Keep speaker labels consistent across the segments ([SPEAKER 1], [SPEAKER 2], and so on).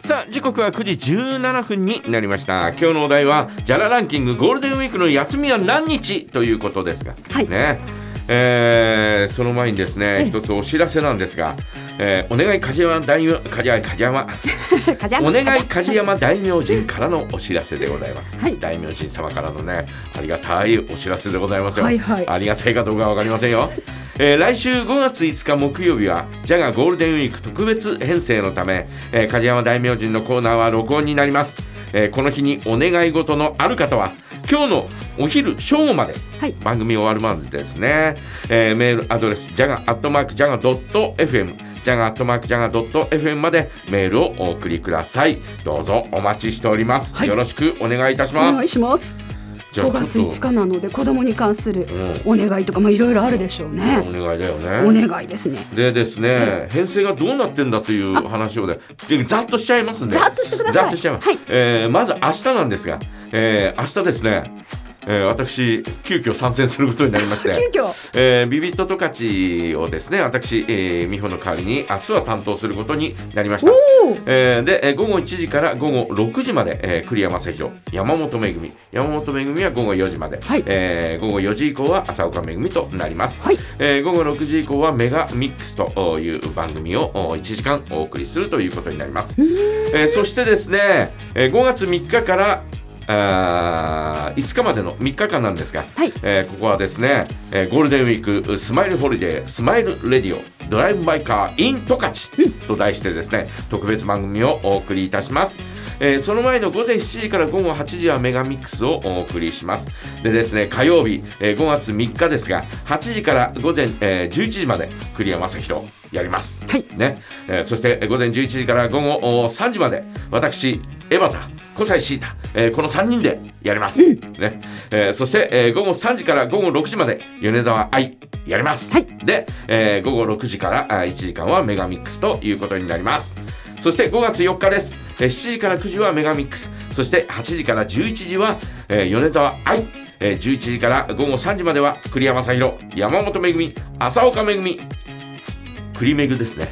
[SPEAKER 1] さあ時刻は9時17分になりました今日のお題はジャラランキングゴールデンウィークの休みは何日ということですが、
[SPEAKER 2] はい
[SPEAKER 1] ねえーその前にですね
[SPEAKER 2] え
[SPEAKER 1] 一つお知らせなんですが、えーお願い梶山大名梶山梶山
[SPEAKER 2] かじゃん
[SPEAKER 1] お願い梶山大明神からのお知らせでございます、
[SPEAKER 2] はい
[SPEAKER 1] 大明神様からのねありがたいお知らせでございますよ、
[SPEAKER 2] はいはい
[SPEAKER 1] ありがたいかどうかわかりませんよえー来週5月5日木曜日は JAGA ゴールデンウィーク特別編成のため、えー梶山大明神のコーナーは録音になります、えーこの日にお願い事のある方は今日のお昼正午まで
[SPEAKER 2] はい
[SPEAKER 1] 番組終わるまでですね、えーメールアドレス jaga.jaga.fm jaga.jaga.fm までメールをお送りくださいどうぞお待ちしております、
[SPEAKER 2] はい
[SPEAKER 1] よろしくお願いいたし
[SPEAKER 2] お
[SPEAKER 1] ます、
[SPEAKER 2] 願いします
[SPEAKER 1] じゃあ
[SPEAKER 2] 5
[SPEAKER 1] ちょっ
[SPEAKER 2] 月5
[SPEAKER 1] と
[SPEAKER 2] 日なので子供に関するお願いとかまあいろいろあるでしょうね
[SPEAKER 1] お願いだよね
[SPEAKER 2] お願いですね
[SPEAKER 1] でですね、編成がどうなってんだという話をね、でざっとしちゃいますんで。
[SPEAKER 2] ざっとしてください
[SPEAKER 1] ざっとしちゃいます。
[SPEAKER 2] はい
[SPEAKER 1] えーまず明日なんですが、えー明日ですね、えー私急遽参戦することになりまして。
[SPEAKER 2] 急遽
[SPEAKER 1] えービビットトカチをですね私、えー、美穂の代わりに明日は担当することになりました。
[SPEAKER 2] おー
[SPEAKER 1] えーで、えー午後1時から午後6時まで、えー栗山正宏山本恵美山本恵美は午後4時まで、
[SPEAKER 2] はい
[SPEAKER 1] えー午後4時以降は朝岡恵美となります、
[SPEAKER 2] はい
[SPEAKER 1] えー午後6時以降はメガミックスという番組をお1時間お送りするということになります、えーそしてですね、えー5月3日からあー5日までの3日間なんですが、
[SPEAKER 2] はい
[SPEAKER 1] えーここはですね、えーゴールデンウィークスマイルホリデースマイルレディオドライブマイカー in トカチと題してですね特別番組をお送りいたします、えーその前の午前7時から午後8時はメガミックスをお送りしますでですね火曜日、えー5月3日ですが8時から午前、えー11時まで栗山正宏やります、
[SPEAKER 2] はい
[SPEAKER 1] ねえーそしてえー午前11時から午後おー3時まで私江端小西シータ、えーこの3人でやります、ねえーそして、えー午後3時から午後6時まで米沢愛やります、
[SPEAKER 2] はい
[SPEAKER 1] で、えー午後6時からあ1時間はメガミックスということになりますそして5月4日です、えー7時から9時はメガミックスそして8時から11時は、えー米沢愛えー11時から午後3時までは栗山さひろ山本恵美浅岡恵美栗めぐですね。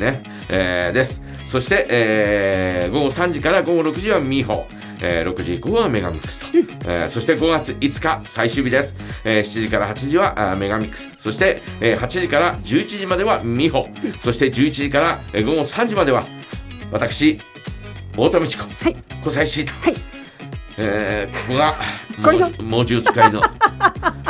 [SPEAKER 1] ね。えーです。そして、えー午後3時から午後6時は美穂。えー6時以降はメガミックスと、えーそして5月5日最終日です、えー7時から8時はあーメガミックスそして、えー8時から11時までは美穂そして11時からえー午後3時までは私太田美智子、
[SPEAKER 2] はい
[SPEAKER 1] 小西シータ、
[SPEAKER 2] はい
[SPEAKER 1] えーここが
[SPEAKER 2] これが
[SPEAKER 1] 猛猛獣使い の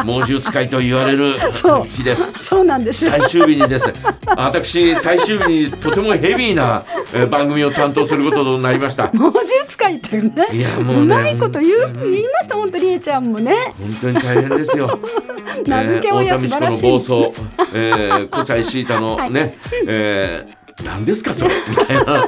[SPEAKER 1] 猛獣使いと言われる
[SPEAKER 2] そう
[SPEAKER 1] 日です
[SPEAKER 2] そうなんですよ
[SPEAKER 1] 最終日にです ね私最終日にとてもヘビーなえー番組を担当することとなりました
[SPEAKER 2] 猛獣使いってね
[SPEAKER 1] いやもうね
[SPEAKER 2] まいこと言う言いました本当りえちゃんもね
[SPEAKER 1] 本当に大変ですよ
[SPEAKER 2] 名付け親
[SPEAKER 1] えー
[SPEAKER 2] 素晴
[SPEAKER 1] 太田
[SPEAKER 2] ら
[SPEAKER 1] 美
[SPEAKER 2] し
[SPEAKER 1] 智子の暴
[SPEAKER 2] い
[SPEAKER 1] 走、えー、小西シータの ね、えー何ですかそれみたいな、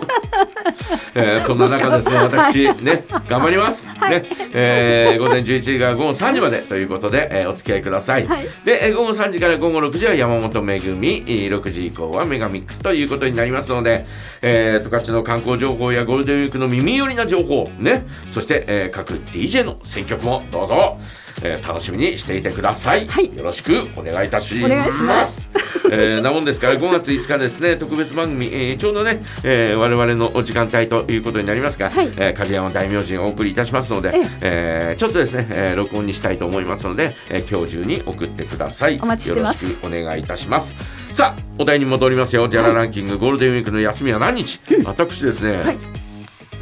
[SPEAKER 1] えーそんな中ですね私ね頑張ります、ね、えー午前11時から午後3時までということで、えーお付き合いください、
[SPEAKER 2] はい
[SPEAKER 1] で、えー午後3時から午後6時は山本めぐみ、えー6時以降はメガミックスということになりますので、えー、十勝の観光情報やゴールデンウィークの耳寄りな情報、ね、そして、えー各 DJ の選曲もどうぞ、えー楽しみにしていてください。
[SPEAKER 2] はい
[SPEAKER 1] よろしくお願いいたします。
[SPEAKER 2] お願いします
[SPEAKER 1] えーなもんですから5月5日ですね特別番組、えーちょうどね、えー我々のお時間帯ということになりますが、
[SPEAKER 2] はい
[SPEAKER 1] えー梶山大名人をお送りいたしますので、
[SPEAKER 2] え
[SPEAKER 1] え
[SPEAKER 2] え
[SPEAKER 1] ーちょっとですね、えー録音にしたいと思いますので、えー今日中に送ってください
[SPEAKER 2] お待ちしてます
[SPEAKER 1] よろしくお願いいたしますさあお題に戻りますよジャラランキング、ゴールデンウィークの休みは何日、私ですね、
[SPEAKER 2] はい
[SPEAKER 1] ね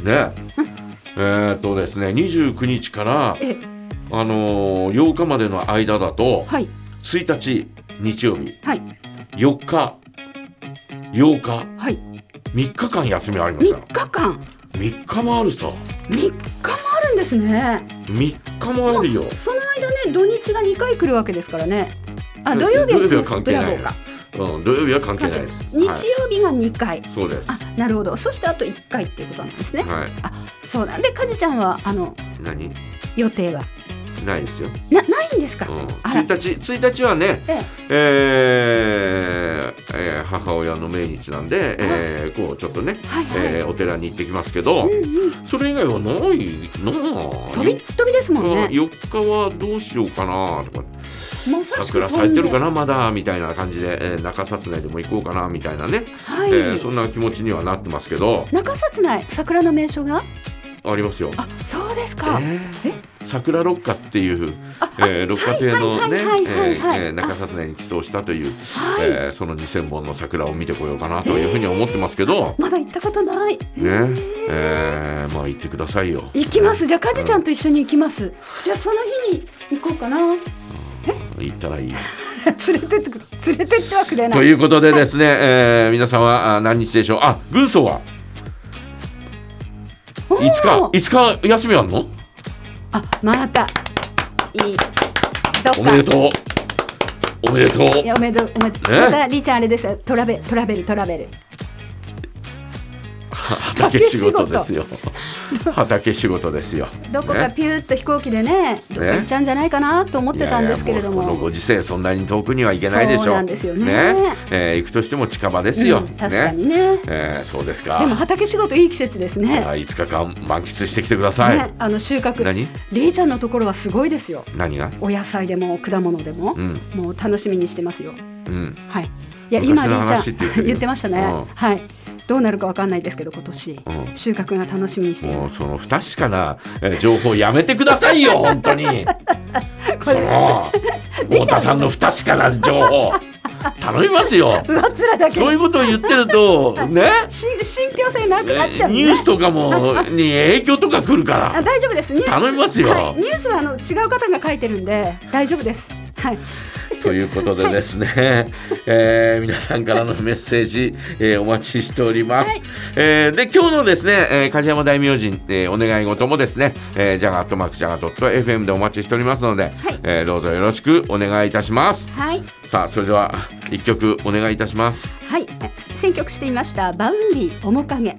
[SPEAKER 1] えーっとですね29日から
[SPEAKER 2] え
[SPEAKER 1] あのー8日までの間だと
[SPEAKER 2] はい
[SPEAKER 1] 1日日曜日
[SPEAKER 2] はい
[SPEAKER 1] 4日8日
[SPEAKER 2] はい
[SPEAKER 1] 3日間休みありました
[SPEAKER 2] 3日間
[SPEAKER 1] 3日もあるさ
[SPEAKER 2] 3日もあるんですね
[SPEAKER 1] 3日もあるよ
[SPEAKER 2] その間ね土日が2回来るわけですからねあ
[SPEAKER 1] え
[SPEAKER 2] 土曜日
[SPEAKER 1] 土曜日は関係ない
[SPEAKER 2] ブラボーか
[SPEAKER 1] うん土曜日は関係ないです
[SPEAKER 2] 日
[SPEAKER 1] はい、
[SPEAKER 2] 曜日が2回、
[SPEAKER 1] そうです
[SPEAKER 2] あなるほどそしてあと1回っていうことなんですね、
[SPEAKER 1] はい
[SPEAKER 2] そうなんでかじちゃんはあの
[SPEAKER 1] 何
[SPEAKER 2] 予定は
[SPEAKER 1] ないですよ。
[SPEAKER 2] なないんですか、
[SPEAKER 1] うん、
[SPEAKER 2] あら
[SPEAKER 1] 1日1日はね、
[SPEAKER 2] え
[SPEAKER 1] えーえー母親の命日なんで、えーこうちょっとね、
[SPEAKER 2] はいはい
[SPEAKER 1] えーお寺に行ってきますけど、
[SPEAKER 2] えうんうん
[SPEAKER 1] それ以外はないな
[SPEAKER 2] 飛び飛びですもんね
[SPEAKER 1] 4日はどうしようかなとか
[SPEAKER 2] まさしく
[SPEAKER 1] 桜咲いてるか
[SPEAKER 2] な
[SPEAKER 1] なまだみたいな感じで、えー中札内でも行こうかなみたいなね、
[SPEAKER 2] は
[SPEAKER 1] え
[SPEAKER 2] い、
[SPEAKER 1] ーそんな気持ちにはなってますけど
[SPEAKER 2] 中札内桜の名所が
[SPEAKER 1] ありますよ。
[SPEAKER 2] あそうです
[SPEAKER 1] え
[SPEAKER 2] か、
[SPEAKER 1] ー桜六花っていう、えー六花亭のね
[SPEAKER 2] はいはいはいはいはい
[SPEAKER 1] えーえー中札内に寄贈したという
[SPEAKER 2] はい、
[SPEAKER 1] えーその2000本の桜を見てこようかなというふうに思ってますけど、
[SPEAKER 2] まだ行ったことない
[SPEAKER 1] ね、えーまあ行ってくださいよ。
[SPEAKER 2] 行きますじゃあカジちゃんと一緒に行きます、じゃあその日に行こうかな 連
[SPEAKER 1] 行ったらいい。
[SPEAKER 2] れてってく連れてってはくれない
[SPEAKER 1] ということでですね、えー皆さんはあ何日でしょう。あ、軍曹は
[SPEAKER 2] おー
[SPEAKER 1] 5日、5日休みあんの？
[SPEAKER 2] あまたいいどっか
[SPEAKER 1] おめでとう。おめでとう。
[SPEAKER 2] いやおめでとうおめでとう、
[SPEAKER 1] ね
[SPEAKER 2] またりーちゃんあれですよトラベトラベルトラベル
[SPEAKER 1] 畑仕事ですよ。畑仕事ですよ。
[SPEAKER 2] どこか
[SPEAKER 1] ね
[SPEAKER 2] ピューっと飛行機でねどっか行っちゃうんじゃないかな と思ってたんですけれども
[SPEAKER 1] いやいやうこのご時世そんなに遠くには行けないでしょ
[SPEAKER 2] そうなんですよね
[SPEAKER 1] えー行くとしても近場ですよ。
[SPEAKER 2] うん確かにね
[SPEAKER 1] えーそうですか。
[SPEAKER 2] でも畑仕事いい季節です
[SPEAKER 1] じゃ
[SPEAKER 2] ね
[SPEAKER 1] あ5日間満喫してきてください。
[SPEAKER 2] ねあの収穫
[SPEAKER 1] 何
[SPEAKER 2] りーちゃんのところはすごいですよ
[SPEAKER 1] 何が？
[SPEAKER 2] お野菜でも果物でも、
[SPEAKER 1] うん
[SPEAKER 2] もう楽しみにしてますよ
[SPEAKER 1] うん。
[SPEAKER 2] はいいや
[SPEAKER 1] 昔の
[SPEAKER 2] 今りー
[SPEAKER 1] 話
[SPEAKER 2] ち
[SPEAKER 1] っ
[SPEAKER 2] ゃ
[SPEAKER 1] て言っ
[SPEAKER 2] ん
[SPEAKER 1] てるよ
[SPEAKER 2] 言ってましたね、
[SPEAKER 1] うん
[SPEAKER 2] はいどうなるかわかんないですけど今年、
[SPEAKER 1] ん
[SPEAKER 2] 収穫が楽しみにしてい
[SPEAKER 1] も
[SPEAKER 2] ま
[SPEAKER 1] う
[SPEAKER 2] す
[SPEAKER 1] その不確かなえー情報やめてください よ本当に。その太田さんの不確かな情報頼みます よ。
[SPEAKER 2] 上っ面だけ
[SPEAKER 1] そういうことを言ってるとね。
[SPEAKER 2] し信憑性なく
[SPEAKER 1] え
[SPEAKER 2] なっちゃ
[SPEAKER 1] ー
[SPEAKER 2] う、ね
[SPEAKER 1] ニュースとかもに影響とか来るか
[SPEAKER 2] あ大丈夫ですニュース
[SPEAKER 1] 頼みますよ
[SPEAKER 2] はい、ニュースはあの違う方が書いてるんで大丈夫ですはい
[SPEAKER 1] らということでですね、えー皆さんからのメッセージ、えーお待ちしております、
[SPEAKER 2] はい
[SPEAKER 1] えーで今日のですね、えー梶山大明神、えーお願い事もですね、えー、ジャガアットマークジャガドット FM でお待ちしておりますので、えーどうぞよろしくお願いいたします
[SPEAKER 2] はい
[SPEAKER 1] さあそれでは一曲お願いいたします
[SPEAKER 2] はいえ選曲していましたバウンディ面影